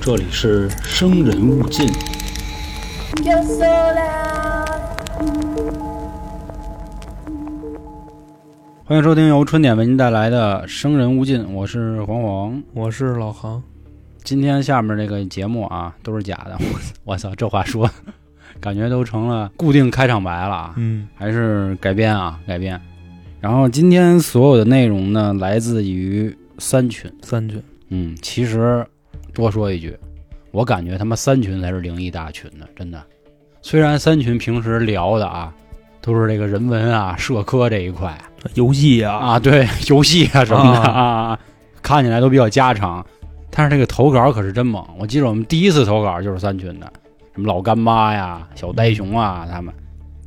这里是生人勿近。 Yo sola, 欢迎收听由春点为您带来的《生人勿近》，我是黄黄。我是老航，今天下面这个节目啊，都是假的。 我我操，这话说， 感觉都成了固定开场白了啊。嗯，还是改编啊，改编。然后今天所有的内容呢，来自于三群。三军，嗯，其实多说一句，我感觉他妈三群才是灵异大群呢，真的。虽然三群平时聊的啊，都是这个人文啊、社科这一块游戏呀、啊，对 游戏啊什么的啊啊，看起来都比较家常。但是这个投稿可是真猛，我记得我们第一次投稿就是三群的，什么老干妈呀、小呆熊啊他们。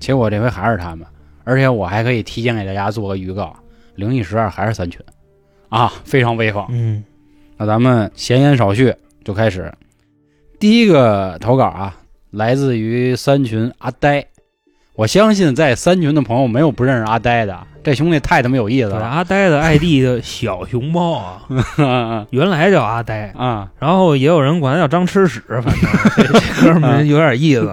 结果这回还是他们，而且我还可以提前给大家做个预告，灵异十二还是三群，啊，非常威风。嗯，那咱们闲言少叙，就开始。第一个投稿啊，来自于三群阿呆。我相信在三群的朋友没有不认识阿呆的，这兄弟太他妈有意思对，了阿呆的 ID 的小熊猫啊，嗯原来叫阿呆，啊！然后也有人管他叫张吃屎，反正这这哥啊们儿有点意思，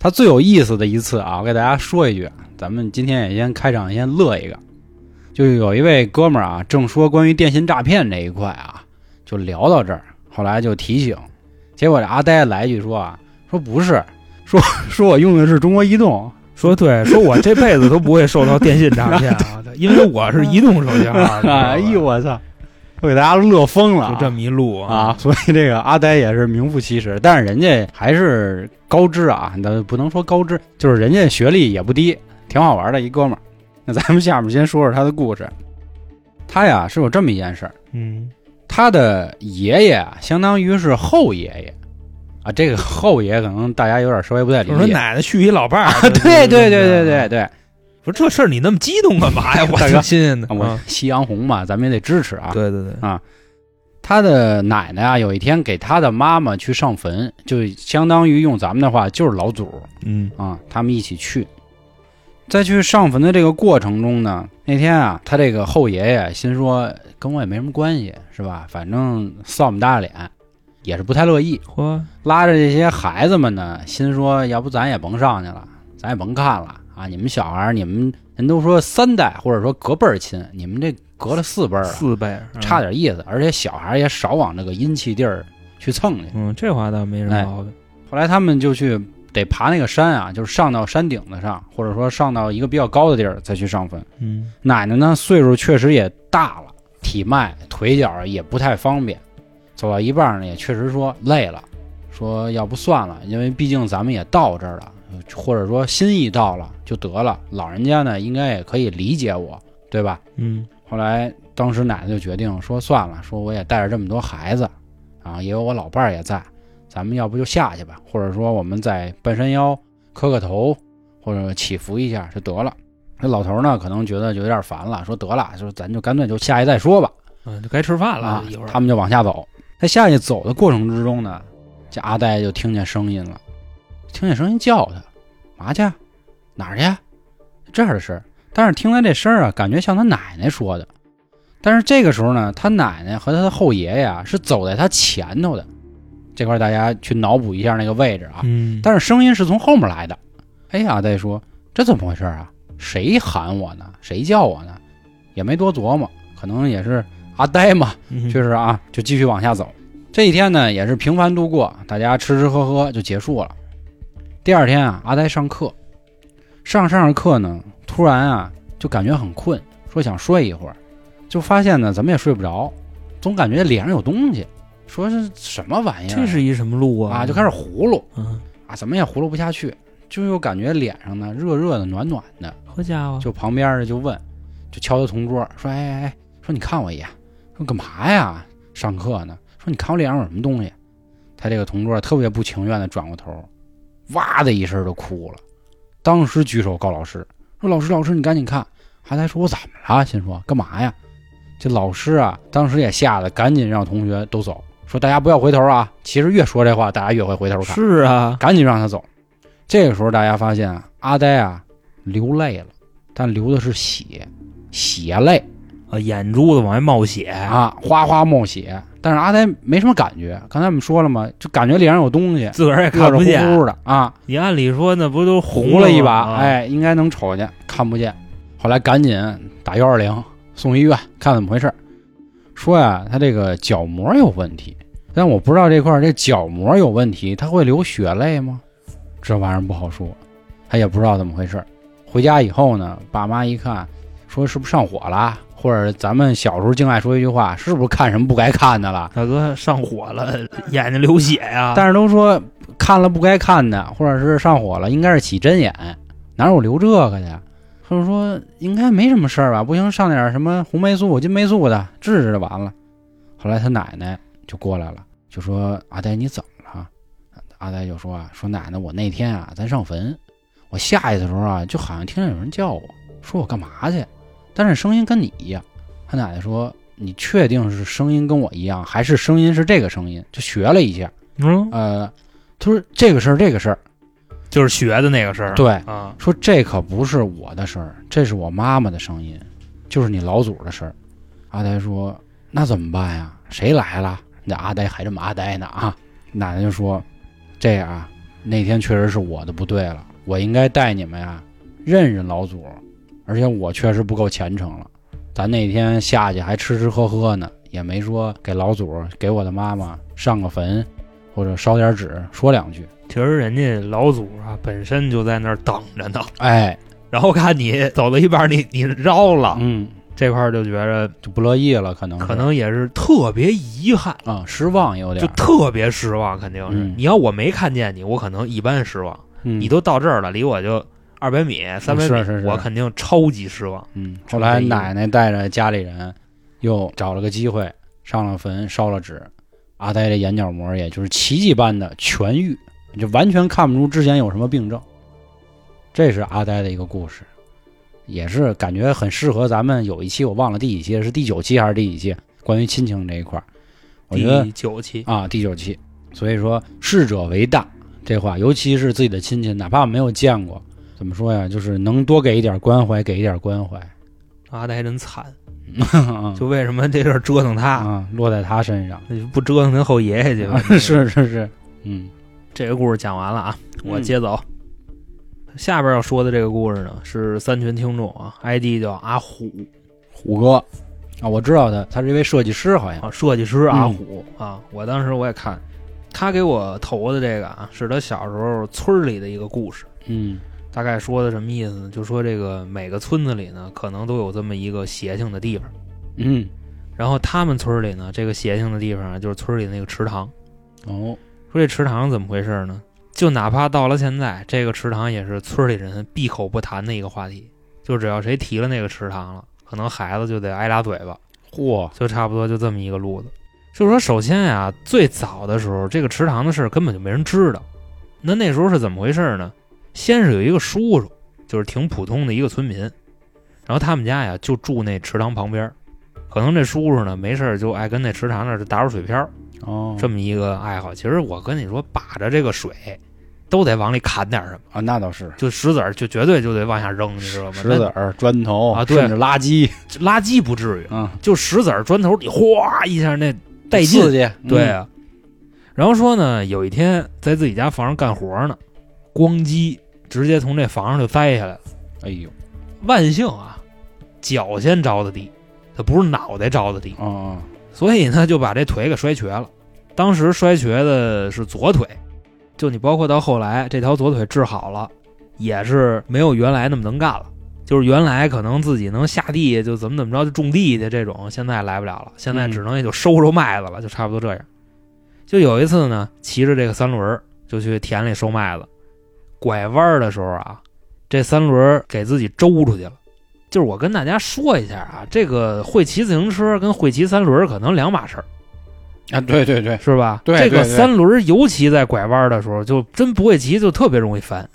他最有意思的一次啊，我给大家说一句，咱们今天也先开场先乐一个，就有一位哥们儿啊，正说关于电信诈骗这一块啊，就聊到这儿，后来就提醒，结果这阿呆来一句说啊，说不是，说说我用的是中国移动，说对，说我这辈子都不会受到电信诈 骗啊，因为我是移动手机号，哎呦我操！我给大家乐疯了啊，啊就这么一路啊！，所以这个阿呆也是名副其实，但是人家还是高知啊，那不能说高知，就是人家学历也不低，挺好玩的一哥们儿。那咱们下面先说说他的故事。他呀是有这么一件事儿，嗯他的爷爷啊，相当于是后爷爷啊，这个后爷可能大家有点稍微不太理就是说解。 啊奶奶续一老伴儿，对对对对对对，对，啊说这事儿你那么激动干嘛呀？我大哥挺新鲜的，我啊夕阳红嘛，咱们也得支持啊。对对对，他的奶奶啊，有一天给他的妈妈去上坟，就相当于用咱们的话就是老祖嗯啊，他们一起去。在去上坟的这个过程中呢，那天啊，他这个后爷爷心说跟我也没什么关系，是吧？反正扫我们大脸，也是不太乐意，嚯，拉着这些孩子们呢，心说要不咱也甭上去了，咱也甭看了啊！你们小孩儿，你们人都说三代或者说隔辈儿亲，你们这隔了四辈儿了，啊四倍，嗯差点意思，而且小孩也少往这个阴气地儿去蹭去。嗯，这话倒没什么哎毛病。后来他们就去得爬那个山啊，就是上到山顶子上，或者说上到一个比较高的地儿再去上坟。嗯奶奶呢，岁数确实也大了，体迈腿脚也不太方便，走到一半儿呢，也确实说累了，说要不算了，因为毕竟咱们也到这儿了，或者说心意到了就得了。老人家呢，应该也可以理解我，对吧？嗯后来当时奶奶就决定说算了，说我也带着这么多孩子，啊，也有我老伴儿也在，咱们要不就下去吧，或者说我们在半山腰磕个头，或者祈福一下就得了。那老头儿呢，可能觉得就有点烦了，说得了，说咱就干脆就下去再说吧。啊，就该吃饭啊了，一会，儿他们就往下走。在下去走的过程之中呢，这阿呆就听见声音了，听见声音叫他，嘛去啊？哪儿去啊？这样的事儿。但是听他这声儿啊，感觉像他奶奶说的。但是这个时候呢，他奶奶和他的后爷爷啊是走在他前头的，这块儿大家去脑补一下那个位置啊。嗯，但是声音是从后面来的。哎呀，再说这怎么回事啊？谁喊我呢？谁叫我呢？也没多琢磨，可能也是阿呆嘛，是确实啊，就继续往下走。这一天呢，也是平凡度过，大家吃吃喝喝就结束了。第二天啊，阿呆上课，上上着课呢，突然啊就感觉很困，说想睡一会儿，就发现呢怎么也睡不着，总感觉脸上有东西，说是什么玩意儿啊？这是一什么路啊，就开始葫芦嗯，啊，怎么也葫芦不下去，就又感觉脸上呢热热的、暖暖的，好家伙，就旁边的就问，就敲他同桌说：“哎哎哎，说你看我一眼，说干嘛呀？上课呢？说你看我脸上有什么东西？”他这个同桌特别不情愿的转过头，哇的一声就哭了，当时举手告老师，说：“老师，老师，你赶紧看！”还在说：“我怎么了？”心说：“干嘛呀？”这老师啊，当时也吓得赶紧让同学都走，说：“大家不要回头啊！”其实越说这话，大家越会回头看。是啊，赶紧让他走。这个时候，大家发现啊，阿呆啊流泪了，但流的是血，血泪呃眼珠子往外冒血，啊，哗哗冒血。但是阿呆没什么感觉，刚才我们说了嘛，就感觉脸上有东西，自个儿也看不见。热乎乎的啊，你按理说那不都糊红了一吗把，，啊哎，应该能瞅见，看不见。后来赶紧打幺二零送医院看怎么回事儿。说呀，他这个角膜有问题，但我不知道这块儿这角膜有问题，他会流血泪吗？这玩意儿不好说，他也不知道怎么回事儿。回家以后呢，爸妈一看，说是不是上火了，或者咱们小时候净爱说一句话，是不是看什么不该看的了？大哥上火了，眼睛流血啊呀、但是都说看了不该看的，或者是上火了，应该是起针眼，哪有留这个的？他就说应该没什么事儿吧，不行上点什么红霉素、金霉素的治治就完了。后来他奶奶就过来了，就说阿呆你怎么了？阿呆就说啊，说奶奶我那天啊咱上坟，我下去的时候啊就好像听见有人叫我，说我干嘛去，但是声音跟你一样。他奶奶说你确定是声音跟我一样，还是声音是这个声音？就学了一下。嗯，呃，他说这个事儿，这个事儿，就是学的那个事儿。对，啊，说这可不是我的事儿，这是我妈妈的声音，就是你老祖的事儿。阿呆说：“那怎么办呀？谁来了？”那阿呆还这么阿呆呢啊！奶奶就说：“这样啊，那天确实是我的不对了，我应该带你们呀、认认老祖，而且我确实不够虔诚了。咱那天下去还吃吃喝喝呢，也没说给老祖给我的妈妈上个坟，或者烧点纸说两句。其实人家老祖啊本身就在那儿等着呢，哎，然后看你走到一半儿你，你绕了、嗯，这块儿就觉着就不乐意了，可能是啊可能也是特别遗憾，啊、失望有点就儿，特别失望，肯定是。嗯你要我没看见你，我可能一般失望。嗯你都到这儿了，离我就二百米、三百米，是是是我肯定超级失望。嗯。后来奶奶带着家里人，又找了个机会上了坟，烧了纸，阿呆这眼角膜也就是奇迹般的痊愈，就完全看不出之前有什么病症。这是阿呆的一个故事，也是感觉很适合咱们有一期我忘了第几期了，是第九期还是第几期？关于亲情这一块儿，我觉得第九期，啊，第九期。所以说，逝者为大这话，尤其是自己的亲戚，哪怕没有见过，怎么说呀？就是能多给一点关怀，给一点关怀。阿呆真惨，啊就为什么这事儿折腾他，啊，落在他身上。？那就不折腾他后爷爷去吧啊是是是，嗯这个故事讲完了啊，我嗯接走。下边要说的这个故事呢，是三群听众啊，ID 叫阿虎虎哥啊，我知道他，他是一位设计师，好像啊，设计师阿嗯虎、啊。我当时我也看，他给我投的这个啊，是他小时候村儿里的一个故事。嗯大概说的什么意思呢？就说这个每个村子里呢，可能都有这么一个邪性的地方。嗯然后他们村儿里呢，这个邪性的地方啊就是村儿里那个池塘。哦说这池塘怎么回事呢？就哪怕到了现在，这个池塘也是村儿里人闭口不谈的一个话题。就只要谁提了那个池塘了，可能孩子就得挨俩嘴巴，嚯就差不多就这么一个路子。就是说，首先啊，最早的时候，这个池塘的事儿根本就没人知道。那那时候是怎么回事呢？先是有一个叔叔，就是挺普通的一个村民，然后他们家呀就住那池塘旁边儿，可能这叔叔呢没事儿就爱跟那池塘那儿就打会儿水漂儿，哦这么一个爱好。其实我跟你说，把着这个水，都得往里砍点什么，啊，那倒是就石子儿就绝对就得往下扔，你知道吗？石子儿、砖头啊对嗯甚至垃圾那垃圾不至于，啊，就石子儿砖头你哗一下那带劲刺，激，嗯对啊。然后说呢，有一天在自己家房上干活呢，咣叽直接从这房上就栽下来了。哎呦，万幸啊，脚先着的地，他不是脑袋着的地，哦所以呢就把这腿给摔瘸了。当时摔瘸的是左腿，就你包括到后来这条左腿治好了，也是没有原来那么能干了。就是原来可能自己能下地就怎么怎么着就种地去这种，现在来不了了，现在只能也就收收麦子了，就差不多这样。就有一次呢，骑着这个三轮儿就去田里收麦子，拐弯儿的时候啊，这三轮儿给自己周出去了。就是我跟大家说一下啊，这个会骑自行车跟会骑三轮儿可能两码事儿，啊，对对对，是吧？对这对个对三轮儿尤其在拐弯儿的时候，就真不会骑，就特别容易翻。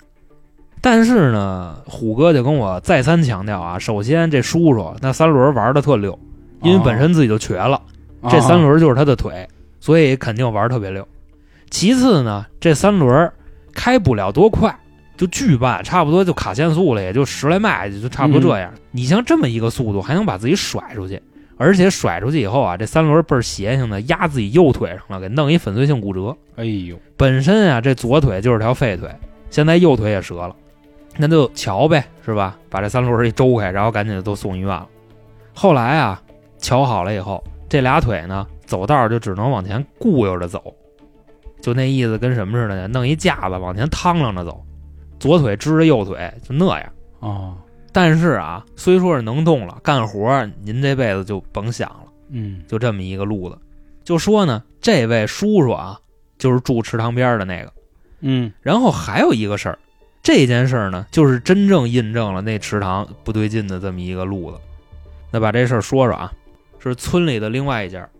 但是呢，虎哥就跟我再三强调啊，首先这叔叔那三轮儿玩的特溜，因为本身自己就瘸了，哦这三轮就是他的腿，所以肯定玩特别溜。其次呢，这三轮开不了多快，就巨慢，差不多就卡限速了，也就十来迈，就差不多这样。你像这么一个速度，还能把自己甩出去，而且甩出去以后啊，这三轮倍儿邪性的压自己右腿上了，给弄一粉碎性骨折。哎呦，本身啊，这左腿就是条废腿，现在右腿也折了，那就瞧呗，是吧？把这三轮一周开，然后赶紧都送医院了。后来啊，瞧好了以后，这俩腿呢，走道就只能往前雇悠着走，就那意思跟什么似的呢？弄一架子往前趟啷着走，左腿支着右腿，就那样。哦，但是啊，虽说是能动了，干活儿您这辈子就甭想了，嗯，就这么一个路子。就说呢，这位叔叔啊，就是住池塘边儿的那个。嗯，然后还有一个事儿，这件事儿呢，就是真正印证了那池塘不对劲的这么一个路子。那把这事儿说说啊，是村里的另外一家儿，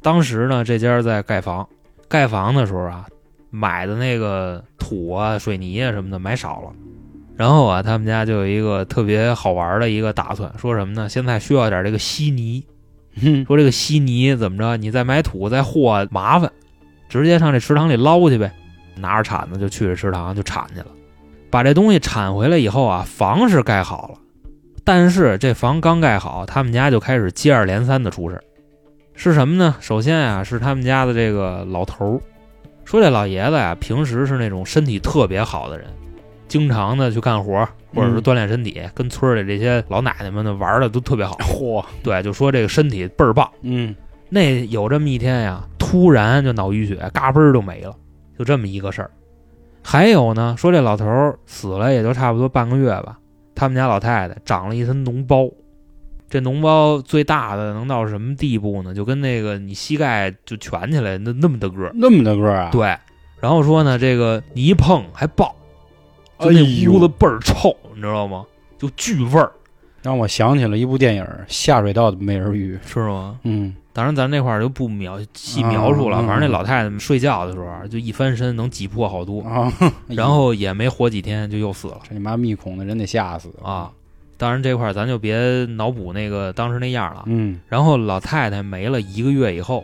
当时呢这家儿在盖房，盖房的时候啊，买的那个土啊、水泥啊什么的买少了，然后啊他们家就有一个特别好玩儿的一个打算，说什么呢？现在需要点儿这个稀泥，嗯，说这个稀泥怎么着，你再买土再和麻烦，直接上这池塘里捞去呗。拿着铲子就去这池塘就铲去了，把这东西铲回来以后啊，房是盖好了，但是这房刚盖好，他们家就开始接二连三的出事儿是什么呢？首先啊，是他们家的这个老头儿，说这老爷子呀、平时是那种身体特别好的人，经常的去干活儿或者是嗯锻炼身体，跟村儿里这些老奶奶们呢玩儿的都特别好。嚯，对，就说这个身体倍儿棒。嗯，那有这么一天呀，突然就脑淤血，嘎嘣儿就没了，就这么一个事儿。还有呢，说这老头儿死了也就差不多半个月吧，他们家老太太长了一身脓包，这脓包最大的能到什么地步呢？就跟那个你膝盖就蜷起来那那么大个儿，那么大个儿啊，对。然后说呢，这个你一碰还爆，就哎那呦屋子倍儿臭，你知道吗？就巨味儿，让我想起了一部电影《下水道的美人鱼》，是吗？嗯，当然，咱这块儿就不描细描述了。啊嗯嗯反正那老太太睡觉的时候啊，就一翻身能挤破好多，啊， 然后也没活几天就又死了这你妈密孔的人得吓死啊，。当然，这块儿咱就别脑补那个当时那样了。嗯，然后老太太没了一个月以后，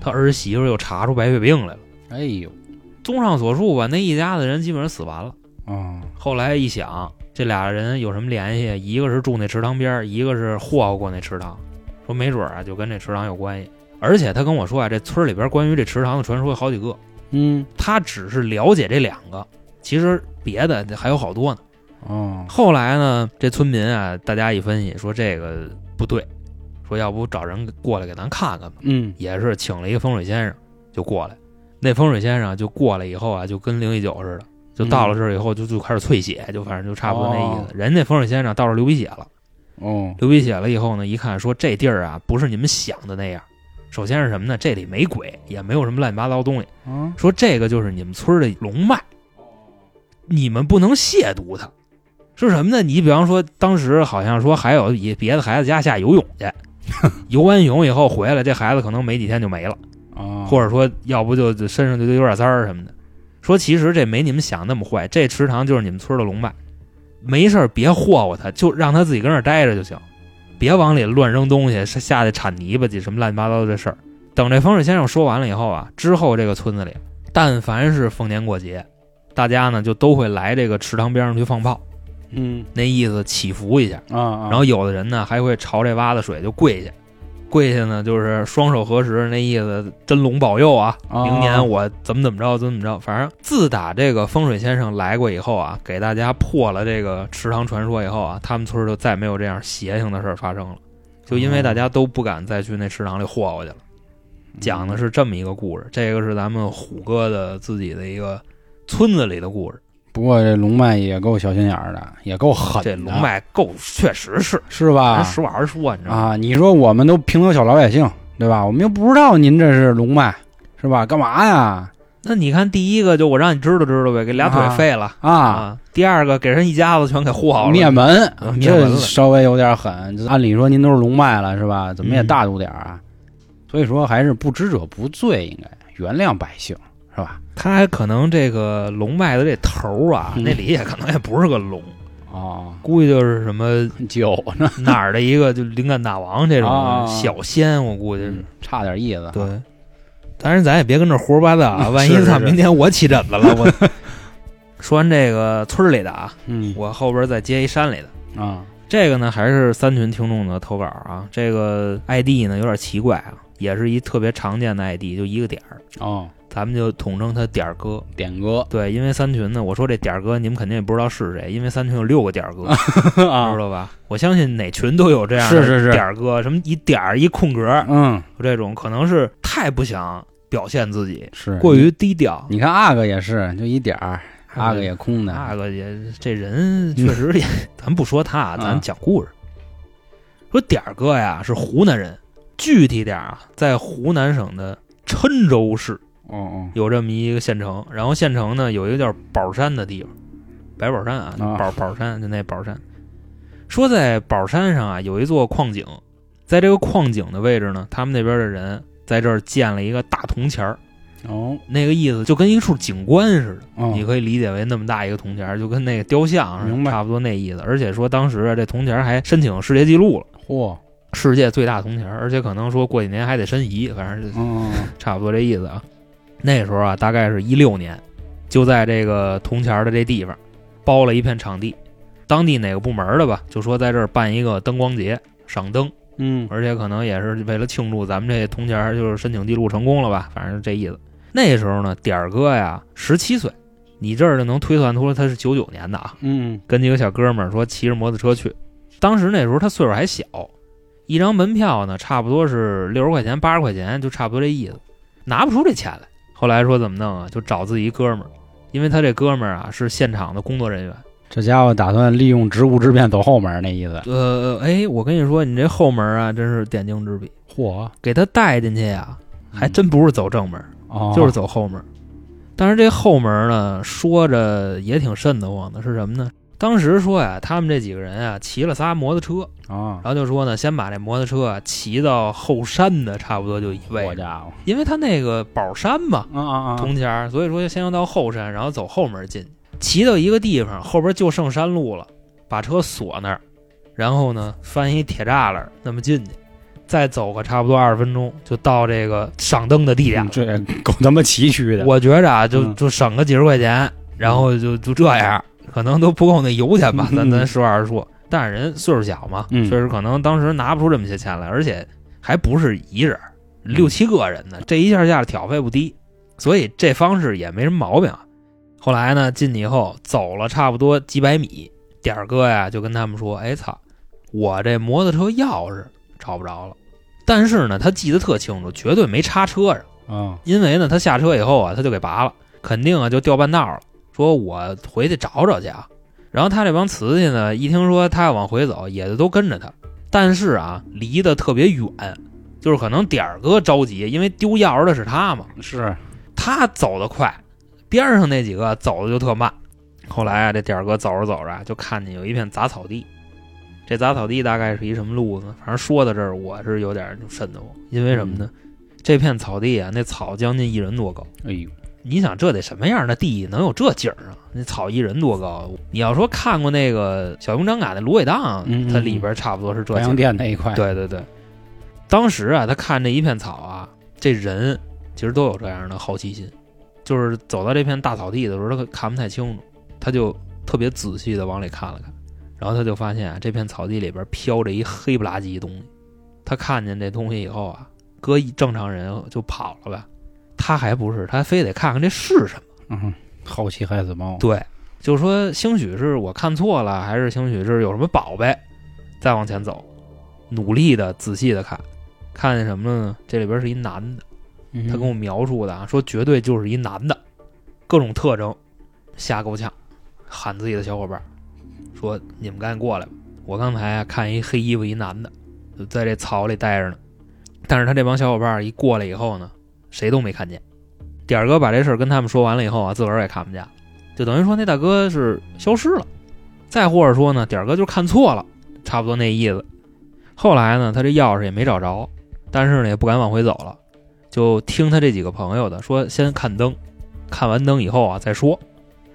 她儿媳妇又查出白血病来了。哎呦，综上所述吧，那一家子人基本上死完了。啊，后来一想，这俩人有什么联系？一个是住那池塘边儿，一个是霍霍过那池塘，说没准儿啊就跟这池塘有关系。而且他跟我说啊，这村儿里边关于这池塘的传说有好几个，嗯，他只是了解这两个，其实别的还有好多呢。哦，后来呢，这村民啊，大家一分析说这个不对，说要不找人过来给咱看看吧。嗯，也是请了一个风水先生就过来，那风水先生就过来以后啊，就跟零一九似的，就到了这儿以后就就开始淬血，就反正就差不多那意思。哦人家风水先生到这儿流鼻血了，哦，流鼻血了以后呢，一看说这地儿啊不是你们想的那样。首先是什么呢？这里没鬼，也没有什么乱七八糟东西。啊，说这个就是你们村儿的龙脉，你们不能亵渎它。是什么呢？你比方说，当时好像说还有也别的孩子家下游泳去，游完泳以后回来，这孩子可能没几天就没了，啊，或者说要不就就身上就就有点灾儿什么的。说其实这没你们想那么坏，这池塘就是你们村儿的龙脉，没事儿别霍霍它，就让它自己跟那儿待着就行，别往里乱扔东西，下去铲泥巴去什么乱七八糟的这事儿。等这风水先生说完了以后啊，之后这个村子里，但凡是逢年过节，大家呢就都会来这个池塘边上去放炮，嗯，那意思祈福一下。啊啊，然后有的人呢还会朝这洼子水就跪下，跪下呢就是双手合十，那意思真龙保佑啊！啊明年我怎么怎么着，怎么怎么着。反正自打这个风水先生来过以后啊，给大家破了这个池塘传说以后啊，他们村儿就再没有这样邪性的事儿发生了，嗯就因为大家都不敢再去那池塘里霍霍去了。讲的是这么一个故事，这个是咱们虎哥的自己的一个村子里的故事。不过这龙脉也够小心眼儿的，也够狠啊的，这龙脉够，确实是，是咱吧？实话实说，你知道吗？啊，你说我们都平头小老百姓，对吧？我们又不知道您这是龙脉，是吧？干嘛呀？那你看，第一个就我让你知道知道呗，给俩腿废了啊，！第二个给人一家子全给护好了，嗯灭门啊，灭门这了稍微有点狠。这按理说您都是龙脉了，是吧？怎么也嗯大度点儿啊？所以说还是不知者不罪，应该原谅百姓，是吧？他还可能这个龙脉的这头啊，嗯那里也可能也不是个龙， 哦，估计就是 什么九呢，哪儿的一个就灵感大王这啊嗯种小仙，我估计是。 差点意思。对，当然咱也别跟这胡 说八道啊，嗯万是一是操，是明天我起疹子了， 我说完这个村儿里的啊，嗯我后边再接一山里的。啊，这个呢，还是三群听众的投稿啊。这个 ID 呢有点奇怪啊，也是一特别常见的 ID，就一个点儿，哦，咱们就统称它点儿哥。点 歌对，因为三群呢，我说这点儿哥，你们肯定也不知道是谁，因为三群有六个点儿哥，知啊，道吧？我相信哪群都有这样的是是是点儿哥，什么一点儿一空格儿嗯，这种，可能是太不想表现自己，是过于低调。你看阿哥也是，就一点儿，嗯阿哥也空的，那个也这 人确实也，咱不说他啊，咱讲故事。说点儿哥呀是湖南人，具体点儿啊，在湖南省的郴州市哦哦，有这么一个县城，然后县城呢有一个叫宝山的地方，白宝山啊，啊宝宝山就那宝山。说在宝山上啊有一座矿井，在这个矿井的位置呢，他们那边的人在这儿建了一个大铜钱儿，哦那个意思就跟一处景观似的。你哦，可以理解为那么大一个铜钱儿，就跟那个雕像似的明白差不多那意思。而且说当时啊，这铜钱儿还申请世界纪录了，嚯，世界最大铜钱儿，而且可能说过几年还得申遗，反正 就嗯， 差不多这意思啊。那时候啊，大概是一六年，就在这个铜钱儿的这地方包了一片场地，当地哪个部门儿的吧，就说在这儿办一个灯光节，赏灯。嗯，而且可能也是为了庆祝咱们这铜钱儿就是申请记录成功了吧，反正这意思。那时候呢，点儿哥呀十七岁，你这儿就能推算出来他是九九年的啊，嗯，跟几个小哥们儿说骑着摩托车去。当时那时候他岁数还小，一张门票呢差不多是六十块钱八十块钱，就差不多这意思，拿不出这钱来。后来说怎么弄啊，就找自己一哥们儿，因为他这哥们儿啊是现场的工作人员，这家伙打算利用职务之便走后门那意思，呃，哎，我跟你说，你这后门啊真是点睛之笔。嚯，给他带进去呀、还真不是走正门，哦，就是走后门。但是这后门呢，说着也挺瘆得慌的，是什么呢？当时说呀，他们这几个人啊，骑了仨摩托车，啊然，后就说呢，先把这摩托车啊骑到后山的差不多就一好位置，家伙，因为他那个宝山嘛，啊啊啊，铜钱儿，所以说就先要到后山，然后走后门进去，骑到一个地方，后边就剩山路了，把车锁那儿，然后呢翻一铁栅栏，那么进去，再走个差不多二十分钟，就到这个赏灯的地点嗯了。这够他妈崎岖的，我觉着啊，就嗯就省个几十块钱，然后就就这样，可能都不够那油钱吧，嗯咱嗯咱实话实说。但是人岁数小嘛，嗯确实可能当时拿不出这么些钱来，而且还不是一人儿，嗯六七个人呢，这一下下挑费不低，所以这方式也没什么毛病啊。后来呢，进去以后走了差不多几百米，点儿哥呀就跟他们说：“哎操，我这摩托车钥匙找不着了。”但是呢，他记得特清楚，绝对没插车上。啊，因为呢，他下车以后啊，他就给拔了，肯定啊就掉半道了，说我回去找找去啊。然后他这帮瓷器呢，一听说他要往回走，也就都跟着他，但是啊，离得特别远，就是可能点儿哥着急，因为丢钥匙的是他嘛，是，他走得快，边上那几个走的就特慢。后来啊，这点儿哥走着走着啊，就看见有一片杂草地，这杂草地大概是一什么路呢？反正说到这儿，我是有点就瘆得慌，因为什么呢？嗯这片草地啊，那草将近一人多高。哎呦，你想这得什么样的地能有这景儿啊？那草一人多高？你要说看过那个小熊张嘎那芦苇荡嗯嗯，它里边差不多是这白景洋儿。淀那一块，，对对对，当时啊，他看这一片草啊，这人其实都有这样的好奇心，就是走到这片大草地的时候，他看不太清楚，他就特别仔细的往里看了看，然后他就发现啊，这片草地里边飘着一黑不拉几东西，他看见这东西以后啊，搁一正常人就跑了吧，他还不是，他非得看看这是什么。嗯，好奇害死猫，对，就是说，兴许是我看错了，还是兴许是有什么宝贝。再往前走，努力的、仔细的看，看见什么了呢？这里边是一男的，嗯他跟我描述的啊，说绝对就是一男的，各种特征，吓够呛，喊自己的小伙伴儿说：“你们赶紧过来吧，我刚才啊看一黑衣服一男的，就在这草里待着呢。”但是他这帮小伙伴儿一过来以后呢，谁都没看见。点儿哥把这事儿跟他们说完了以后啊，自个儿也看不见了，就等于说那大哥是消失了。再或者说呢，点儿哥就看错了，差不多那意思。后来呢，他这钥匙也没找着，但是呢也不敢往回走了，就听他这几个朋友的说，先看灯，看完灯以后啊再说。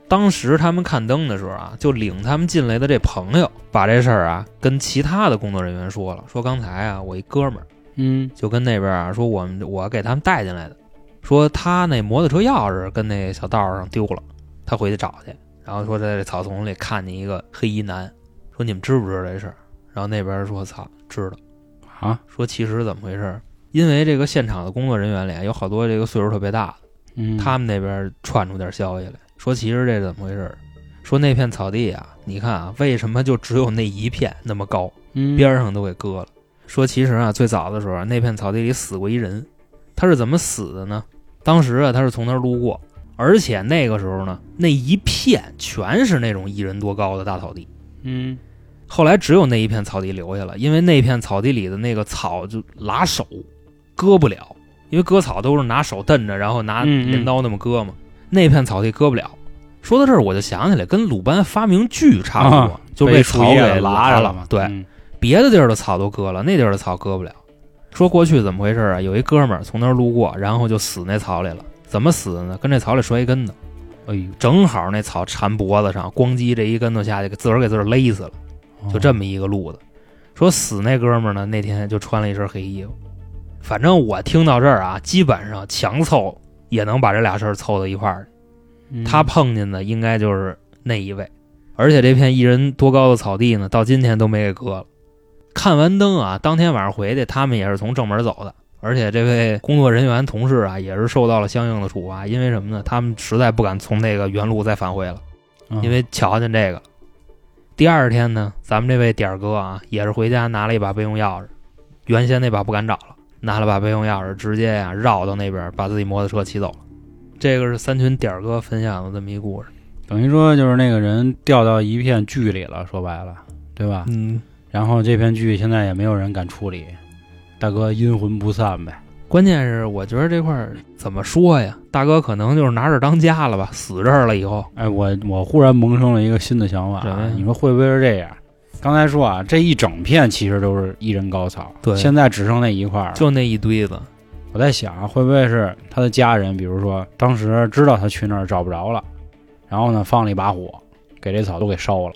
当时他们看灯的时候啊，就领他们进来的这朋友把这事儿啊跟其他的工作人员说了，说刚才啊我一哥们儿嗯，就跟那边啊说我们我给他们带进来的，说他那摩托车钥匙跟那小道上丢了，他回去找去，然后说在这草丛里看见一个黑衣男，说你们知不知道这事儿？然后那边说：“操，知道。”啊，说其实怎么回事儿？因为这个现场的工作人员里啊有好多这个岁数特别大的，嗯，他们那边传出点消息来，说其实这是怎么回事儿？说那片草地啊，你看啊，为什么就只有那一片那么高，嗯边儿上都给割了？说其实啊，最早的时候啊那片草地里死过一人，他是怎么死的呢？当时啊，他是从那儿路过，而且那个时候呢，那一片全是那种一人多高的大草地。嗯后来只有那一片草地留下了，因为那片草地里的那个草就拉手，割不了，因为割草都是拿手蹬着，然后拿嗯嗯镰刀那么割嘛。那片草地割不了。说到这儿，我就想起来，跟鲁班发明锯差不多，啊就被草树叶给拉拉了嘛，对，嗯别的地儿的草都割了，那地儿的草割不了。说过去怎么回事啊？有一哥们儿从那儿路过，然后就死那草里了。怎么死的呢？跟这草里摔一跟头，哎呦，正好那草缠脖子上，咣叽这一跟头下去，给自个儿给自个儿勒死了。哦就这么一个路子。说死那哥们儿呢，那天就穿了一身黑衣服。反正我听到这儿啊，基本上强凑也能把这俩事儿凑到一块儿去。嗯他碰见的应该就是那一位，而且这片一人多高的草地呢，到今天都没给割了。看完灯啊，当天晚上回去，他们也是从正门走的。而且这位工作人员同事啊，也是受到了相应的处罚，因为什么呢？他们实在不敢从那个原路再返回了。嗯因为瞧见这个。第二天呢，咱们这位点儿哥啊，也是回家拿了一把备用钥匙，原先那把不敢找了，拿了把备用钥匙，直接呀、绕到那边，把自己摩托车骑走了。这个是三群点儿哥分享的这么一故事。等于说就是那个人掉到一片剧里了，说白了，对吧？嗯，然后这片剧现在也没有人敢处理，大哥阴魂不散呗。关键是我觉得这块儿怎么说呀，大哥可能就是拿这儿当家了吧，死这儿了以后，哎，我我忽然萌生了一个新的想法什么呀啊，你说会不会是这样？刚才说啊，这一整片其实都是一人高草，对现在只剩那一块儿了。就那一堆子。我在想啊，会不会是他的家人，比如说当时知道他去那儿找不着了，然后呢放了一把火，给这草都给烧了，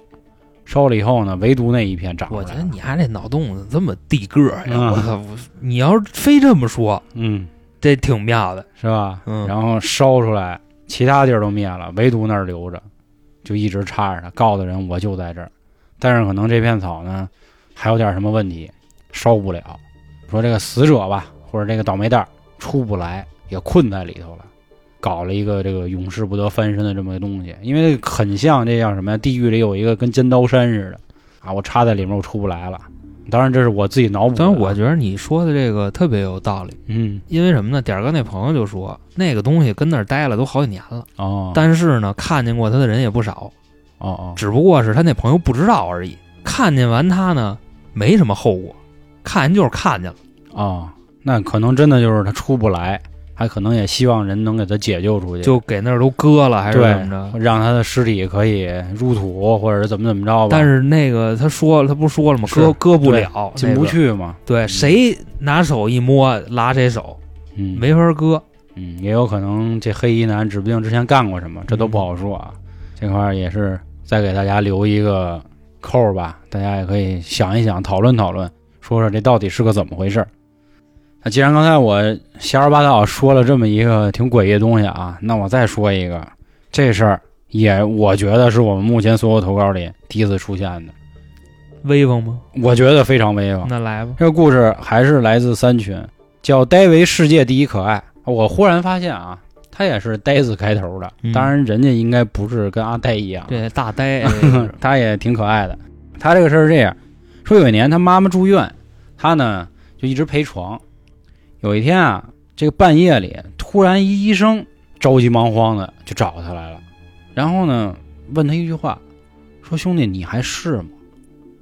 烧了以后呢，唯独那一片长出我来觉了。得你还这脑洞子这么地个儿呀，嗯我操！我你要是非这么说，嗯，这挺妙的。是吧？嗯然后烧出来，其他地儿都灭了，唯独那儿留着，就一直插着它，告的人我就在这儿。但是可能这片草呢，还有点什么问题，烧不了。说这个死者吧，或者这个倒霉蛋儿出不来，也困在里头了，搞了一个这个永世不得翻身的这么个东西，因为这个很像这叫什么呀？地狱里有一个跟尖刀山似的啊，我插在里面我出不来了。当然这是我自己脑补的，但是我觉得你说的这个特别有道理，嗯因为什么呢？点儿哥那朋友就说，那个东西跟那儿待了都好几年了，哦，但是呢，看见过他的人也不少，哦哦只不过是他那朋友不知道而已。看见完他呢，没什么后果，看见就是看见了。哦，那可能真的就是他出不来，还可能也希望人能给他解救出去，就给那儿都割了，还是对怎么着？让他的尸体可以入土，或者是怎么怎么着吧。但是那个他说他不是说了吗？是割割不了，进不那个。去嗯嘛，对，谁拿手一摸拉谁手，嗯，没法割。嗯，也有可能这黑衣男指不定之前干过什么，这都嗯不好说啊。这块儿也是再给大家留一个扣儿吧，大家也可以想一想，讨论讨论，说说这到底是个怎么回事儿。那既然刚才我瞎说八道说了这么一个挺诡异的东西啊，那我再说一个，这事儿也我觉得是我们目前所有投稿里第一次出现的，威风吗？我觉得非常威风。那来吧。这个故事还是来自三群，叫“呆为世界第一可爱”。我忽然发现啊，他也是“呆”字开头的嗯，当然人家应该不是跟阿呆一样，这大呆， 哎是他也挺可爱的。他这个事儿是这样，说有一年他妈妈住院，他呢就一直陪床。有一天啊，这个半夜里突然一医生着急忙慌的就找他来了，然后呢问他一句话，说兄弟你还是吗？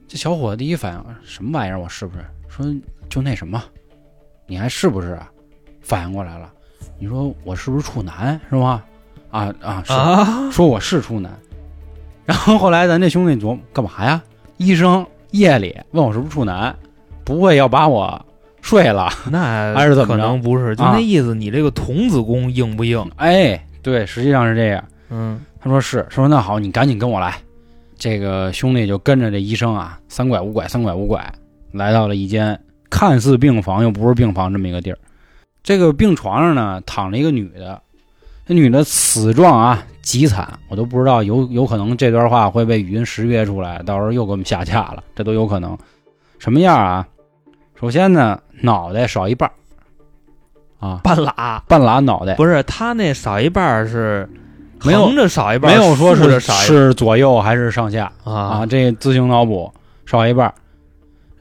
这小伙子第一反应什么玩意儿？我是不是？说就那什么，你还是不是啊？反应过来了，你说我是不是处男是吗？啊啊是啊，说我是处男。 然后后来咱这兄弟琢磨干嘛呀？医生夜里问我是不是处男，不会要把我睡了？那还是怎么着可能不是，就啊那意思，你这个童子功硬不硬？哎，对，实际上是这样。嗯，他说是，他说那好，你赶紧跟我来。这个兄弟就跟着这医生啊，三拐五拐，三拐五拐，来到了一间看似病房又不是病房这么一个地儿。这个病床上呢躺着一个女的，这女的死状啊极惨，我都不知道有有可能这段话会被语音识别出来，到时候又给我们下架了，这都有可能。什么样啊？首先呢，脑袋少一半儿啊，半拉半拉脑袋，不是他那少一半儿是没有横着少一半没儿，有说竖是着少一半是左右还是上下儿啊，啊这自行脑补少一半儿。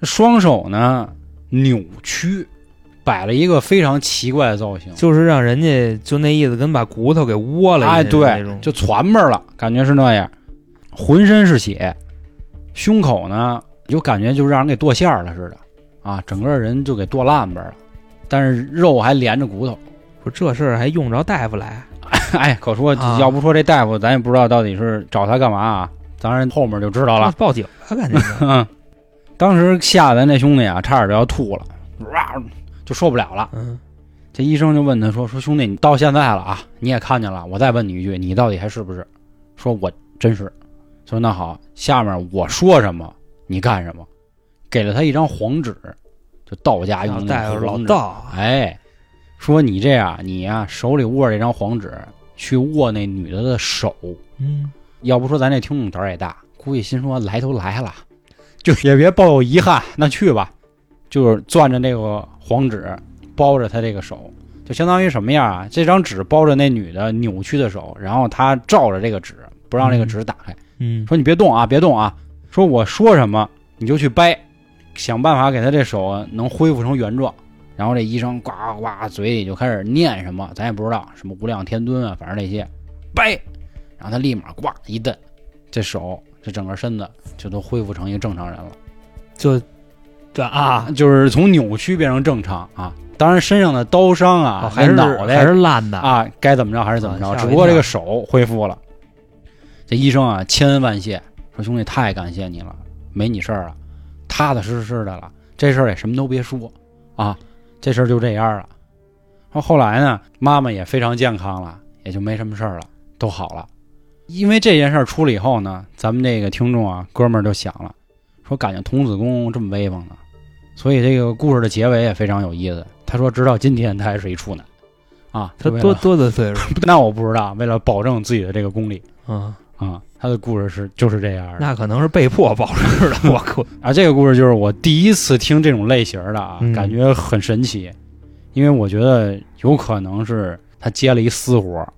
双手呢扭曲，摆了一个非常奇怪的造型，就是让人家就那意思，跟把骨头给窝了一样哎，那对种，就攒巴了，感觉是那样，浑身是血，胸口呢就感觉就让人给剁馅儿了似的，啊，整个人就给剁烂巴了，但是肉还连着骨头， 说这事儿还用着大夫来，哎，可说啊要不说这大夫，咱也不知道到底是找他干嘛啊，当然后面就知道了。报警吧，感觉 嗯，当时吓咱那兄弟啊，差点就要吐了，哇，就受不了了。嗯，这医生就问他说：“说兄弟，你到现在了啊，你也看见了，我再问你一句，你到底还是不是？”说：“我真是。”说：“那好，下面我说什么，你干什么。”给了他一张黄纸，就道家然后用的大那夫种老黄纸道啊，哎，说你这样，你呀、手里握着这张黄纸，去握那女的的手。嗯，要不说咱这听众胆儿也大，估计心说来都来了，就也别抱有遗憾，那去吧。就是攥着那个黄纸，包着他这个手，就相当于什么样啊？这张纸包着那女的扭曲的手，然后他照着这个纸，不让这个纸打开，嗯，说你别动啊，别动啊，说我说什么你就去掰，想办法给他这手能恢复成原状。然后这医生呱呱呱嘴里就开始念什么，咱也不知道什么无量天尊啊，反正那些掰，然后他立马呱一蹬，这手这整个身子就都恢复成一个正常人了，就这啊，就是从扭曲变成正常啊。当然身上的刀伤啊，哦还是脑袋还是烂的，啊，该怎么着还是怎么啊着，吓我只一不过这跳个手恢复了。这医生啊，千恩万谢，说兄弟太感谢你了，没你事儿了，踏踏实实的了，这事儿也什么都别说啊，这事儿就这样了。后后来呢，妈妈也非常健康了，也就没什么事儿了，都好了。因为这件事儿出了以后呢，咱们这个听众啊，哥们儿就想了，说感觉童子功这么威风呢，所以这个故事的结尾也非常有意思。他说，直到今天他还是一处男，啊，他为了多多大岁数那我不知道。为了保证自己的这个功力 啊？啊、他的故事是就是这样的。那可能是被迫保持的，我靠，啊，这个故事就是我第一次听这种类型的啊，嗯感觉很神奇，因为我觉得有可能是他接了一私活儿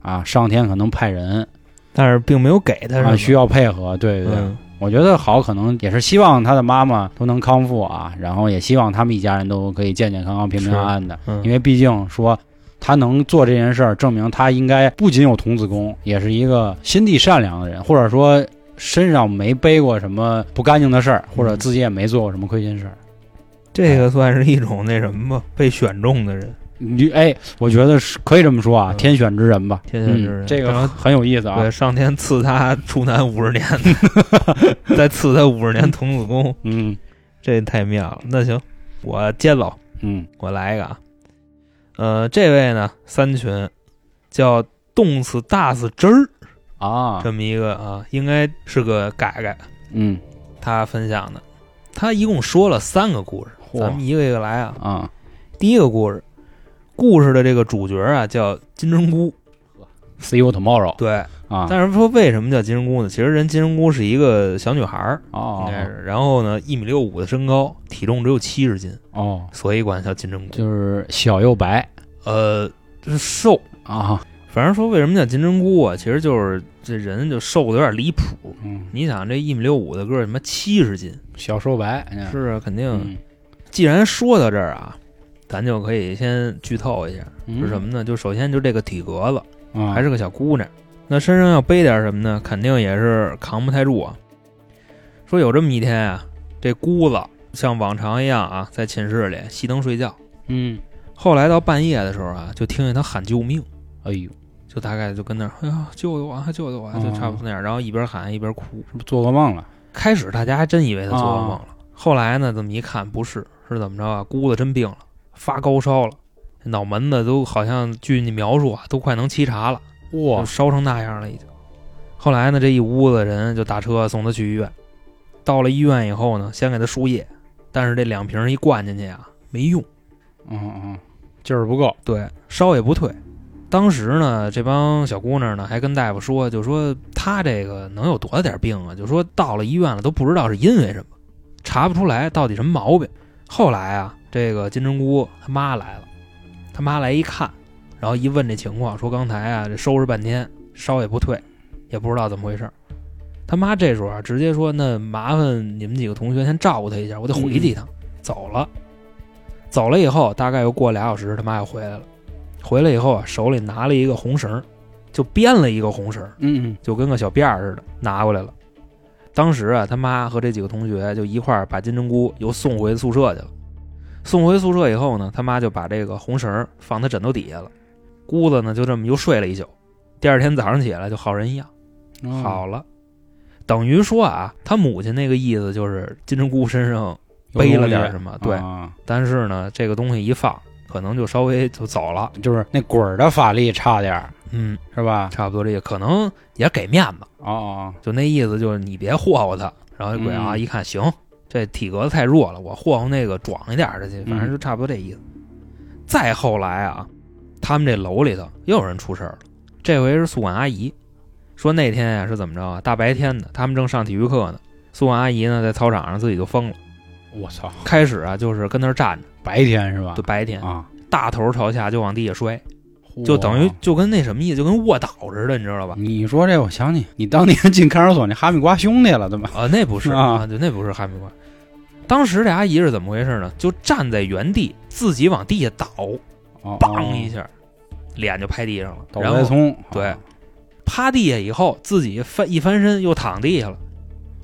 啊，上天可能派人但是并没有给他是啊吗需要配合，对对对。嗯我觉得好，可能也是希望他的妈妈都能康复啊，然后也希望他们一家人都可以健健康康、平平安安的。嗯，因为毕竟说他能做这件事儿，证明他应该不仅有童子功，也是一个心地善良的人，或者说身上没背过什么不干净的事儿，或嗯者自己也没做过什么亏心事儿。这个算是一种那什么吧，被选中的人，你哎，我觉得是可以这么说啊，嗯天选之人吧，天选之人嗯这然个后很有意思啊对，。上天赐他处男五十年， 再赐他五十年童子功，嗯这太妙了。那行，我接走，嗯，我来一个啊。呃，这位呢，三群叫冻死大死汁儿啊，这么一个啊，应该是个改改，嗯，他分享的。他一共说了三个故事，嚯咱们一个一个来啊。啊，第一个故事，故事的这个主角啊叫金针菇， See you tomorrow 对。啊，但是说为什么叫金针菇呢？其实人金针菇是一个小女孩儿，应哦该是。然后呢，一米六五的身高，体重只有七十斤，哦，所以管她叫金针菇。就是小又白呃，就是瘦。啊，反正说为什么叫金针菇啊？其实就是这人就瘦的有点离谱。嗯，你想这一米六五的个儿，什么七十斤，小瘦白哎是啊，肯定。嗯，既然说到这儿啊，咱就可以先剧透一下，嗯是什么呢？就首先就这个体格子，啊还是个小姑娘，那身上要背点什么呢？肯定也是扛不太住啊。说有这么一天啊，这姑子像往常一样啊，在寝室里熄灯睡觉。嗯，后来到半夜的时候啊，就听见她喊救命，哎呦，就大概就跟那儿，哎呀，救救我啊，救救我啊，就差不多那样。然后一边喊一边哭。是不是做噩梦了？开始大家还真以为她做噩梦了，后来呢，这么一看不是，是怎么着啊？姑子真病了，发高烧了，脑门子都好像据你描述啊，都快能沏茶了。哇就烧成那样了已经。后来呢，这一屋子人就打车送他去医院。到了医院以后呢，先给他输液，但是这两瓶一灌进去啊，没用，嗯嗯，劲儿不够。对，烧也不退。当时呢，这帮小姑娘呢还跟大夫说，就说她这个能有多大点病啊？就说到了医院了都不知道是因为什么，查不出来到底什么毛病。后来啊，这个金针菇他妈来了，他妈来一看，然后一问这情况，说刚才啊这收拾半天烧也不退，也不知道怎么回事儿。他妈这时候啊直接说：“那麻烦你们几个同学先照顾他一下，我得回去一趟。走了，走了以后大概又过俩小时，他妈又回来了。回来以后啊，手里拿了一个红绳儿，就编了一个红绳儿，嗯就跟个小辫儿似的拿过来了。当时啊，他妈和这几个同学就一块儿把金针菇又送回宿舍去了。送回宿舍以后呢，他妈就把这个红绳儿放他枕头底下了，姑子呢就这么又睡了一宿。第二天早上起来就好人一样，嗯，好了。等于说啊，他母亲那个意思就是金针菇身上有背了东西点儿什么，对。啊但是呢，这个东西一放，可能就稍微就走了。就是那滚儿的法力差点儿嗯，是吧？差不多这个，可能也给面子。哦哦，就那意思就是你别霍霍他。然后这鬼啊嗯一看，行，这体格子太弱了，我霍霍那个壮一点儿的去，反正嗯就差不多这意思。再后来啊，他们这楼里头又有人出事儿了，这回是宿管阿姨，说那天呀、是怎么着啊？大白天的，他们正上体育课呢，宿管阿姨呢在操场上自己就疯了，我操，开始啊就是跟那儿站着，白天是吧就？白天啊，大头朝下就往地下摔，就等于嚯就跟那什么意思，就跟卧倒似的，你知道吧？你说这，我想起你当年进看守所那哈密瓜兄弟了，对吧？啊，那不是啊啊，对，那不是哈密瓜。当时这阿姨是怎么回事呢？就站在原地，自己往地下倒，哦梆一，下，脸就拍地上了。哦然倒栽后葱，对啊趴地下以后，自己翻一翻身又躺地下了。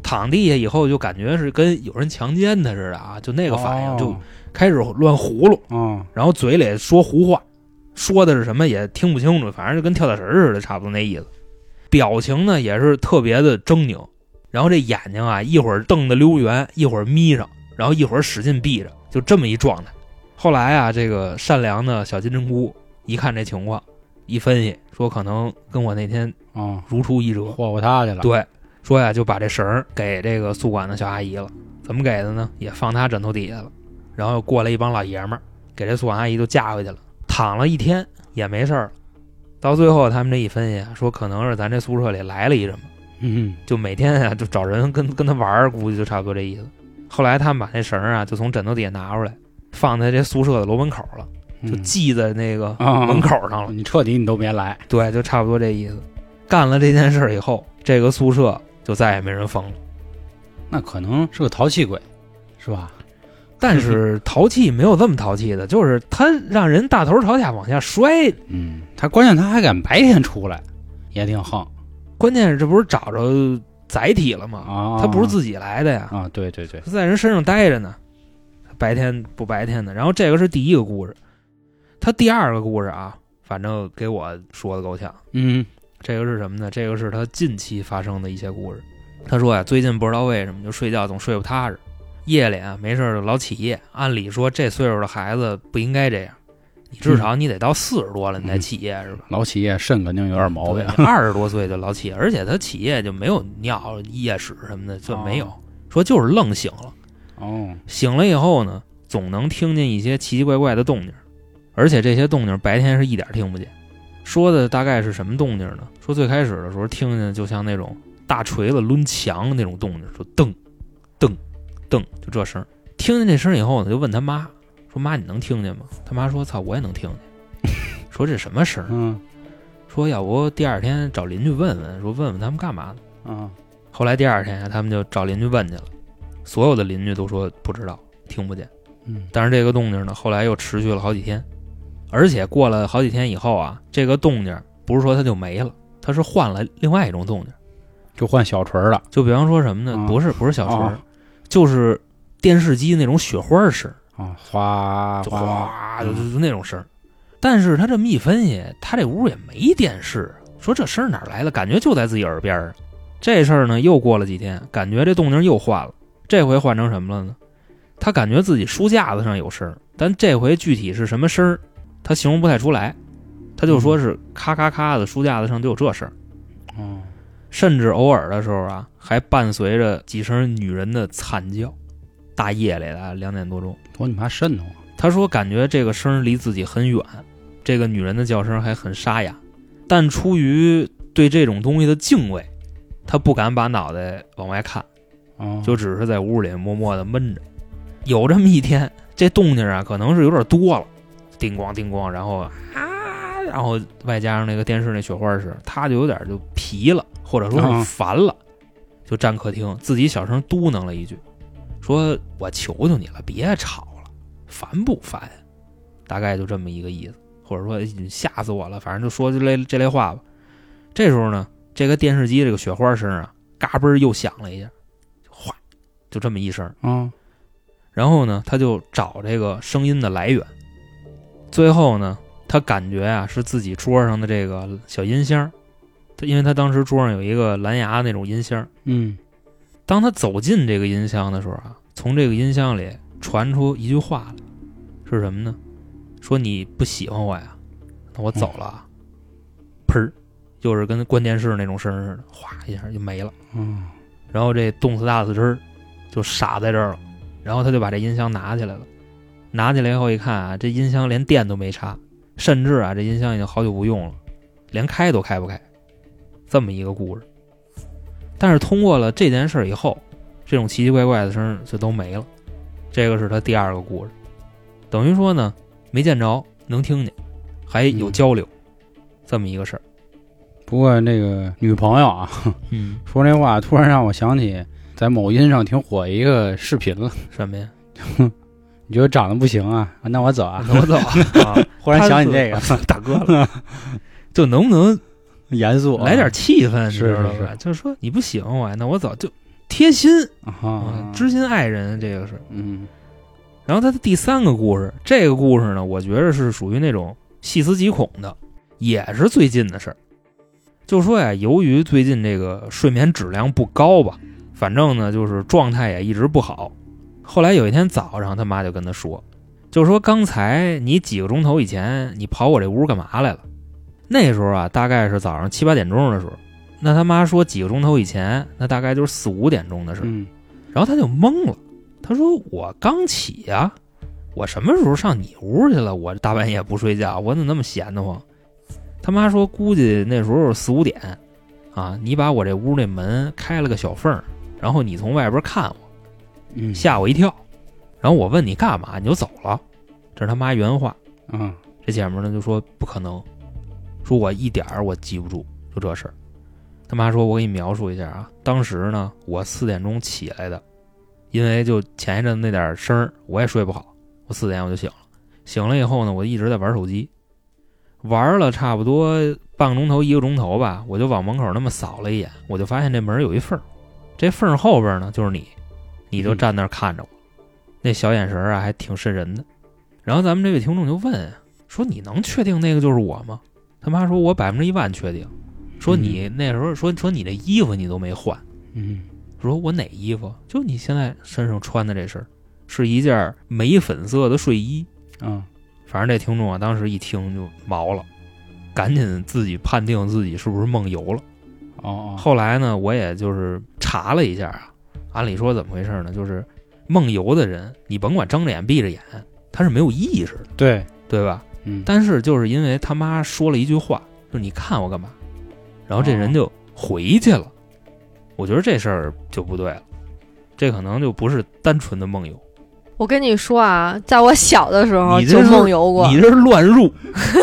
躺地下以后，就感觉是跟有人强奸她似的啊，就那个反应，就哦开始乱葫芦，哦，然后嘴里说胡话，说的是什么也听不清楚，反正就跟跳大神儿似的，差不多那意思。表情呢也是特别的狰狞，然后这眼睛啊一会儿瞪得溜圆，一会儿眯上，然后一会儿使劲闭着，就这么一状态。后来啊，这个善良的小金针菇一看这情况，一分析说可能跟我那天哦，如出一辙，霍霍他去了，对，说呀就把这绳儿给这个宿管的小阿姨了，怎么给的呢？也放她枕头底下了，然后又过来一帮老爷们儿，给这宿管阿姨都架回去了，躺了一天也没事儿了。到最后他们这一分析啊，说可能是咱这宿舍里来了一什么，嗯，就每天啊就找人跟跟他玩儿，估计就差不多这意思。后来他们把那绳儿啊就从枕头底下拿出来，放在这宿舍的楼门口了，嗯就系在那个啊门口上了。你彻底你都别来，对，就差不多这意思。干了这件事儿以后，这个宿舍就再也没人疯了。那可能是个淘气鬼，是吧？但是淘气没有这么淘气的，就是他让人大头朝下往下摔，嗯，他关键他还敢白天出来，也挺横关键是这不是找着载体了吗？啊。他不是自己来的呀，啊，对对对，他在人身上待着呢，白天不白天的。然后这个是第一个故事，他第二个故事啊，反正给我说的够呛。嗯，这个是什么呢？这个是他近期发生的一些故事。他说呀、最近不知道为什么就睡觉总睡不踏实，夜里啊没事儿就老起夜。按理说这岁数的孩子不应该这样，你至少你得到四十多了你才起夜、是吧？老企业肾肯定有点毛病，二十多岁就老起夜，而且他起夜就没有尿夜屎什么的，就没有，说就是愣醒了。哦，醒了以后呢，总能听见一些奇奇怪怪的动静，而且这些动静白天是一点听不见。说的大概是什么动静呢？说最开始的时候听见就像那种大锤子抡墙那种动静，说噔噔噔，就这声儿。听见这声儿以后呢，就问他妈说：“妈，你能听见吗？”他妈说：“操，我也能听见。”说这什么声儿？啊嗯说要不第二天找邻居问问，说问问他们干嘛呢？嗯，后来第二天啊他们就找邻居问去了，所有的邻居都说不知道，听不见。嗯但是这个动静呢，后来又持续了好几天，而且过了好几天以后啊，这个动静不是说它就没了，它是换了另外一种动静。就换小锤儿了，就比方说什么呢？啊不是不是小锤儿啊，就是电视机那种雪花声，啊，哗就哗，哗，嗯就就就那种声儿。但是他这么一分析，他这屋也没电视，说这声儿哪儿来的？感觉就在自己耳边儿。这事儿呢，又过了几天，感觉这动静又换了，这回换成什么了呢？他感觉自己书架子上有声儿，但这回具体是什么声儿，他形容不太出来。他就说嗯是咔咔咔的，书架子上就有这声儿，哦，甚至偶尔的时候啊，还伴随着几声女人的惨叫。大夜里的两点多钟，我你妈瘆得慌，他说感觉这个声儿离自己很远，这个女人的叫声还很沙哑，但出于对这种东西的敬畏，他不敢把脑袋往外看，哦，就只是在屋里默默的闷着。有这么一天，这动静啊，可能是有点多了，叮咣叮咣，然后啊，然后外加上那个电视那雪花声，他就有点就皮了，或者说嗯是烦了，就站客厅自己小声嘟囔了一句，说：“我求求你了，别吵了，烦不烦？”大概就这么一个意思，或者说哎你吓死我了，反正就说这类这类话吧。这时候呢，这个电视机这个雪花声啊，嘎嘣儿又响了一下，哗，就这么一声。嗯然后呢，他就找这个声音的来源。最后呢，他感觉啊是自己桌上的这个小音箱儿，他因为他当时桌上有一个蓝牙那种音箱儿。嗯，当他走进这个音箱的时候啊，从这个音箱里传出一句话来，是什么呢？说你不喜欢我呀，那我走了啊。砰、儿，又是跟关电视那种声儿似的，哗一下就没了。嗯，然后这冻死大死汁儿就傻在这儿了。然后他就把这音箱拿起来了，拿起来以后一看啊，这音箱连电都没插，甚至啊这音箱已经好久不用了，连开都开不开。这么一个故事。但是通过了这件事儿以后，这种奇奇怪怪的声儿就都没了。这个是他第二个故事，等于说呢，没见着，能听见，还有嗯交流，这么一个事儿。不过那个女朋友啊，嗯，说这话突然让我想起在某音上挺火一个视频了。什么呀？ 你觉得长得不行啊？啊那我走啊！那我走啊！忽然想起这个，他是大哥了， 就能不能严肃啊来点气氛，你是知道吧？是是就是说你不喜欢我，那我走，就贴心啊啊，，知心爱人这个是。嗯然后他的第三个故事，这个故事呢，我觉着是属于那种细思极恐的，也是最近的事儿。就说呀，由于最近这个睡眠质量不高吧，反正呢就是状态也一直不好。后来有一天早上，他妈就跟他说，就说刚才你几个钟头以前你跑我这屋干嘛来了？那时候啊，大概是早上七八点钟的时候。那他妈说几个钟头以前，那大概就是四五点钟的事儿。嗯然后他就懵了，他说：“我刚起呀、我什么时候上你屋去了？我大半夜不睡觉，我怎么那么闲得慌？”他妈说：“估计那时候四五点，啊，你把我这屋那门开了个小缝儿，然后你从外边看我，嗯，吓我一跳，然后我问你干嘛，你就走了。”这是他妈原话。嗯这姐们儿呢就说不可能，说我一点儿我记不住，就这事儿。他妈说，我给你描述一下啊，当时呢我四点钟起来的，因为就前一阵那点儿声儿我也睡不好，我四点我就醒了，醒了以后呢我一直在玩手机，玩了差不多半个钟头一个钟头吧，我就往门口那么扫了一眼，我就发现这门有一缝儿，这缝儿后边呢就是你，你就站那儿看着我，那小眼神儿啊还挺瘆人的。然后咱们这位听众就问啊说你能确定那个就是我吗？他妈说我百分之一万确定。说你那时候说说你那衣服你都没换，嗯说我哪衣服？就你现在身上穿的这身儿，是一件玫粉色的睡衣。嗯反正这听众啊，当时一听就毛了，赶紧自己判定自己是不是梦游了。哦哦，后来呢，我也就是查了一下啊，按理说怎么回事呢？就是梦游的人，你甭管睁着眼闭着眼，他是没有意识的，对，对吧？嗯，但是就是因为他妈说了一句话，就是你看我干嘛，然后这人就回去了。我觉得这事儿就不对了，这可能就不是单纯的梦游，我跟你说啊，在我小的时候你这就是梦游过，你这是乱入。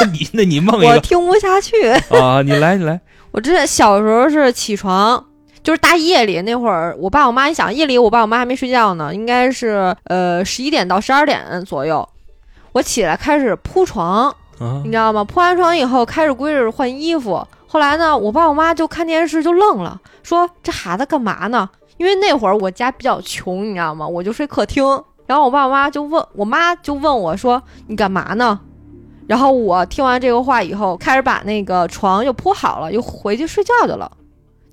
那你那你梦一我个听不下去。 啊！你来你来，我之前小时候是起床，就是大夜里那会儿，我爸我妈，你想夜里我爸我妈还没睡觉呢，应该是呃十一点到十二点左右，我起来开始铺床，啊你知道吗？铺完床以后开始归置换衣服。后来呢，我爸我妈就看电视就愣了，说这孩子干嘛呢？因为那会儿我家比较穷，你知道吗？我就睡客厅。然后我爸我妈就问我妈就问我说你干嘛呢？然后我听完这个话以后，开始把那个床又铺好了，又回去睡觉去了。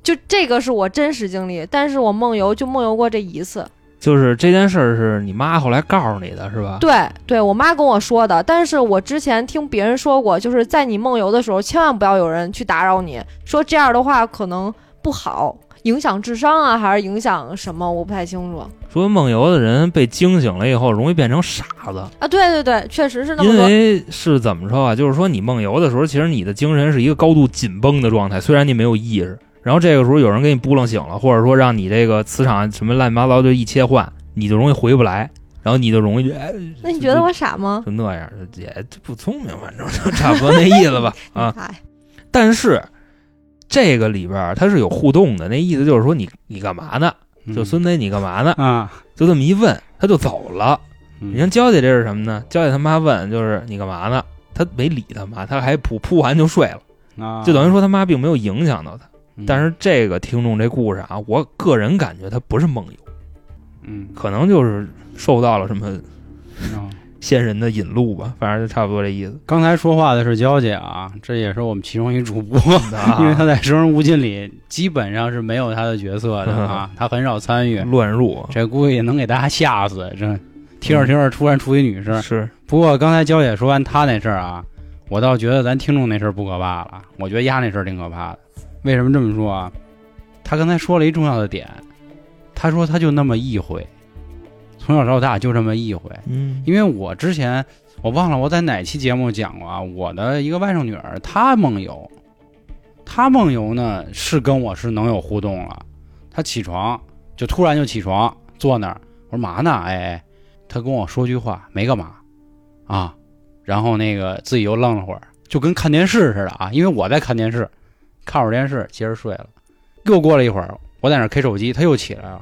就这个是我真实经历，但是我梦游就梦游过这一次。就是这件事儿是你妈后来告诉你的是吧？对，对我妈跟我说的，但是我之前听别人说过，就是在你梦游的时候，千万不要有人去打扰你，说这样的话可能不好，影响智商啊，还是影响什么，我不太清楚说梦游的人被惊醒了以后，容易变成傻子，啊。对对对，确实是那么因说。为是怎么说啊？就是说你梦游的时候，其实你的精神是一个高度紧绷的状态，虽然你没有意识，然后这个时候有人给你扑棱醒了，或者说让你这个磁场什么乱七八糟就一切换，你就容易回不来，然后你就容易就哎那你觉得我傻吗？就那样，也不聪明，反正就差不多那意思吧啊。哎，但是这个里边儿它是有互动的，那意思就是说你你干嘛呢？就孙子你干嘛呢？嗯啊，就这么一问，他就走了。嗯你看娇姐这是什么呢？娇姐他妈问就是你干嘛呢？他没理他妈，他还扑扑完就睡了，啊，就等于说他妈并没有影响到他。嗯，但是这个听众这故事啊，我个人感觉他不是梦游，嗯，可能就是受到了什么啊仙人的引路吧，反正就差不多这意思。刚才说话的是娇姐啊，这也是我们其中一主播，啊 因为她在《生人勿近》里基本上是没有她的角色的 啊，她很少参与，乱入啊这估计能给大家吓死。这听嗯着听着，突然出一女生。是不过刚才娇姐说完她那事儿啊，我倒觉得咱听众那事儿不可怕了，我觉得丫那事儿挺可怕的。为什么这么说啊？她刚才说了一重要的点，她说她就那么一回，从小到大就这么一回。嗯因为我之前我忘了我在哪期节目讲过啊，我的一个外甥女儿她梦游，她梦游呢是跟我是能有互动了，她起床就突然就起床坐那儿，我说嘛呢？哎哎，她跟我说句话，没干嘛啊，然后那个自己又愣了会儿，就跟看电视似的啊，因为我在看电视，看会儿电视接着睡了，又过了一会儿，我在那儿 K 手机，她又起来了，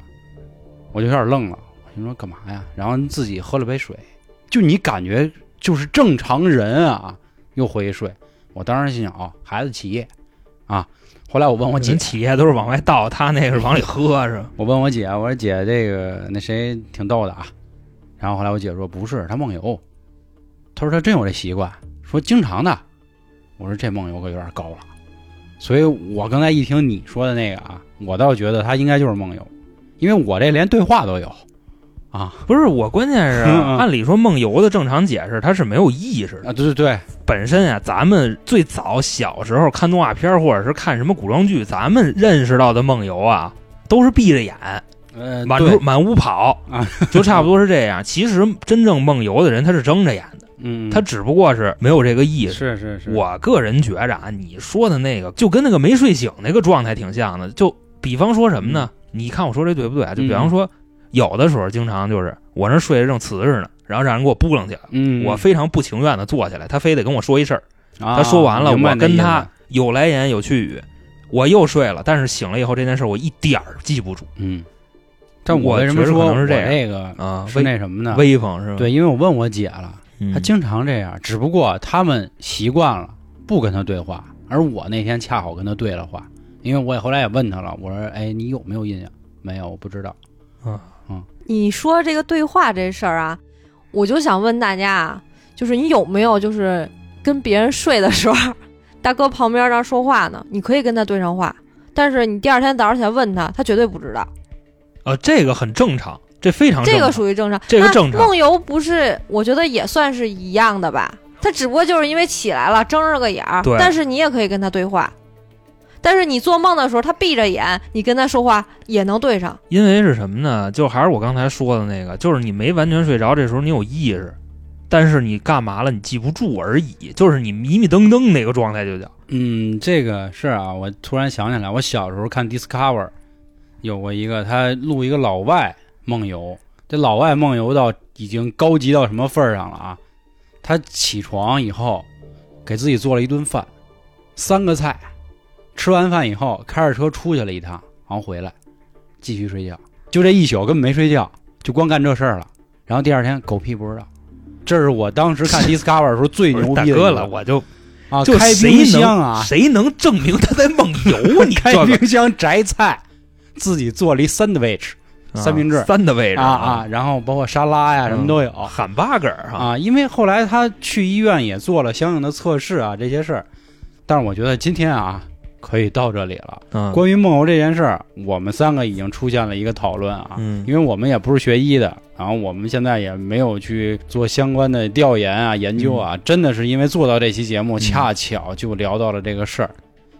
我就有点愣了。我心说干嘛呀？然后自己喝了杯水，就你感觉就是正常人啊，又回去睡。我当时心想，哦，孩子起夜啊。后来我问我我姐们，企业都是往外倒，他那个是往里喝是 吧？我问我姐，我说姐，这个那谁挺逗的啊。然后后来我姐说不是，她梦游。她说她真有这习惯，说经常的。我说这梦游可有点高了。所以我刚才一听你说的那个啊，我倒觉得她应该就是梦游，因为我这连对话都有啊不是，我关键是啊嗯嗯按理说梦游的正常解释，它是没有意识的。啊，对对对，本身啊，咱们最早小时候看动画片或者是看什么古装剧，咱们认识到的梦游啊，都是闭着眼呃，满对屋满屋跑啊，就差不多是这样。其实真正梦游的人，他是睁着眼的，嗯，他只不过是没有这个意识。是是是，我个人觉着啊，你说的那个就跟那个没睡醒那个状态挺像的。就比方说什么呢？嗯你看我说这对不对啊？就比方说，有的时候经常就是我那睡得正瓷实呢，然后让人给我扑棱起来，嗯，我非常不情愿的坐起来，他非得跟我说一事儿。啊他说完了，明白我你的跟意思他有来言有去语，我又睡了，但是醒了以后这件事我一点儿记不住嗯，但我我为什么觉得可说能是这我样这个啊。是微那什么呢？微风是吧？对，因为我问我姐了，嗯，她经常这样，只不过他们习惯了不跟她对话，而我那天恰好跟她对了话，因为我也后来也问她了，我说，哎，你有没有印象？没有，我不知道。你说这个对话这事儿啊，我就想问大家，啊，就是你有没有就是跟别人睡的时候，大哥旁边那儿说话呢？你可以跟他对上话，但是你第二天早上起来问他，他绝对不知道，呃，这个很正常，这非常这正个常属于正常。这个正常那梦游不是，我觉得也算是一样的吧。他只不过就是因为起来了，睁着个眼儿对，但是你也可以跟他对话。但是你做梦的时候，他闭着眼，你跟他说话也能对上。因为是什么呢？就还是我刚才说的那个，就是你没完全睡着，这时候你有意识，但是你干嘛了你记不住而已，就是你迷迷瞪瞪那个状态就叫嗯，这个是啊，我突然想起来，我小时候看 Discover 有过一个，他录一个老外梦游，这老外梦游到已经高级到什么份儿上了啊？他起床以后，给自己做了一顿饭，三个菜，吃完饭以后开着车出去了一趟，然后回来继续睡觉，就这一宿根本没睡觉，就光干这事儿了。然后第二天狗屁不知道，这是我当时 看 Discover 的时候最不是牛大逼的一哥个了，我就啊，就开谁冰能、箱啊，谁能证明他在梦 游？啊你开这个冰箱摘菜，自己做了一 sandwich 三明治啊三的位置啊啊，然后包括沙拉呀、嗯什么都有、喊八梗儿哈，啊。因为后来他去医院也做了相应的测试啊，这些事儿。但是我觉得今天啊，可以到这里了。嗯关于梦游这件事儿，我们三个已经出现了一个讨论啊，嗯因为我们也不是学医的，然后我们现在也没有去做相关的调研啊、研究啊，真的是因为做到这期节目，嗯恰巧就聊到了这个事儿。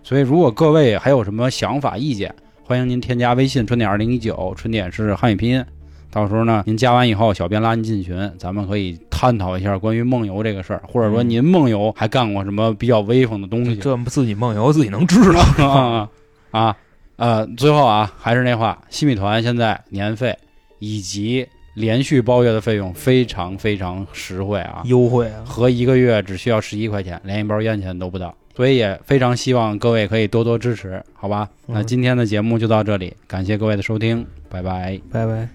所以，如果各位还有什么想法、意见，欢迎您添加微信“春点二零一九”，春点是汉语拼音。到时候呢，您加完以后，小编拉您进群，咱们可以探讨一下关于梦游这个事儿，或者说嗯您梦游还干过什么比较威风的东西。 这自己梦游自己能知道。啊啊！呃，最后啊，还是那话，新米团现在年费以及连续包月的费用非常非常实惠啊，优惠啊，合一个月只需要十一块钱，连一包烟钱都不到。所以也非常希望各位可以多多支持，好吧？那嗯今天的节目就到这里，感谢各位的收听，拜拜。拜拜。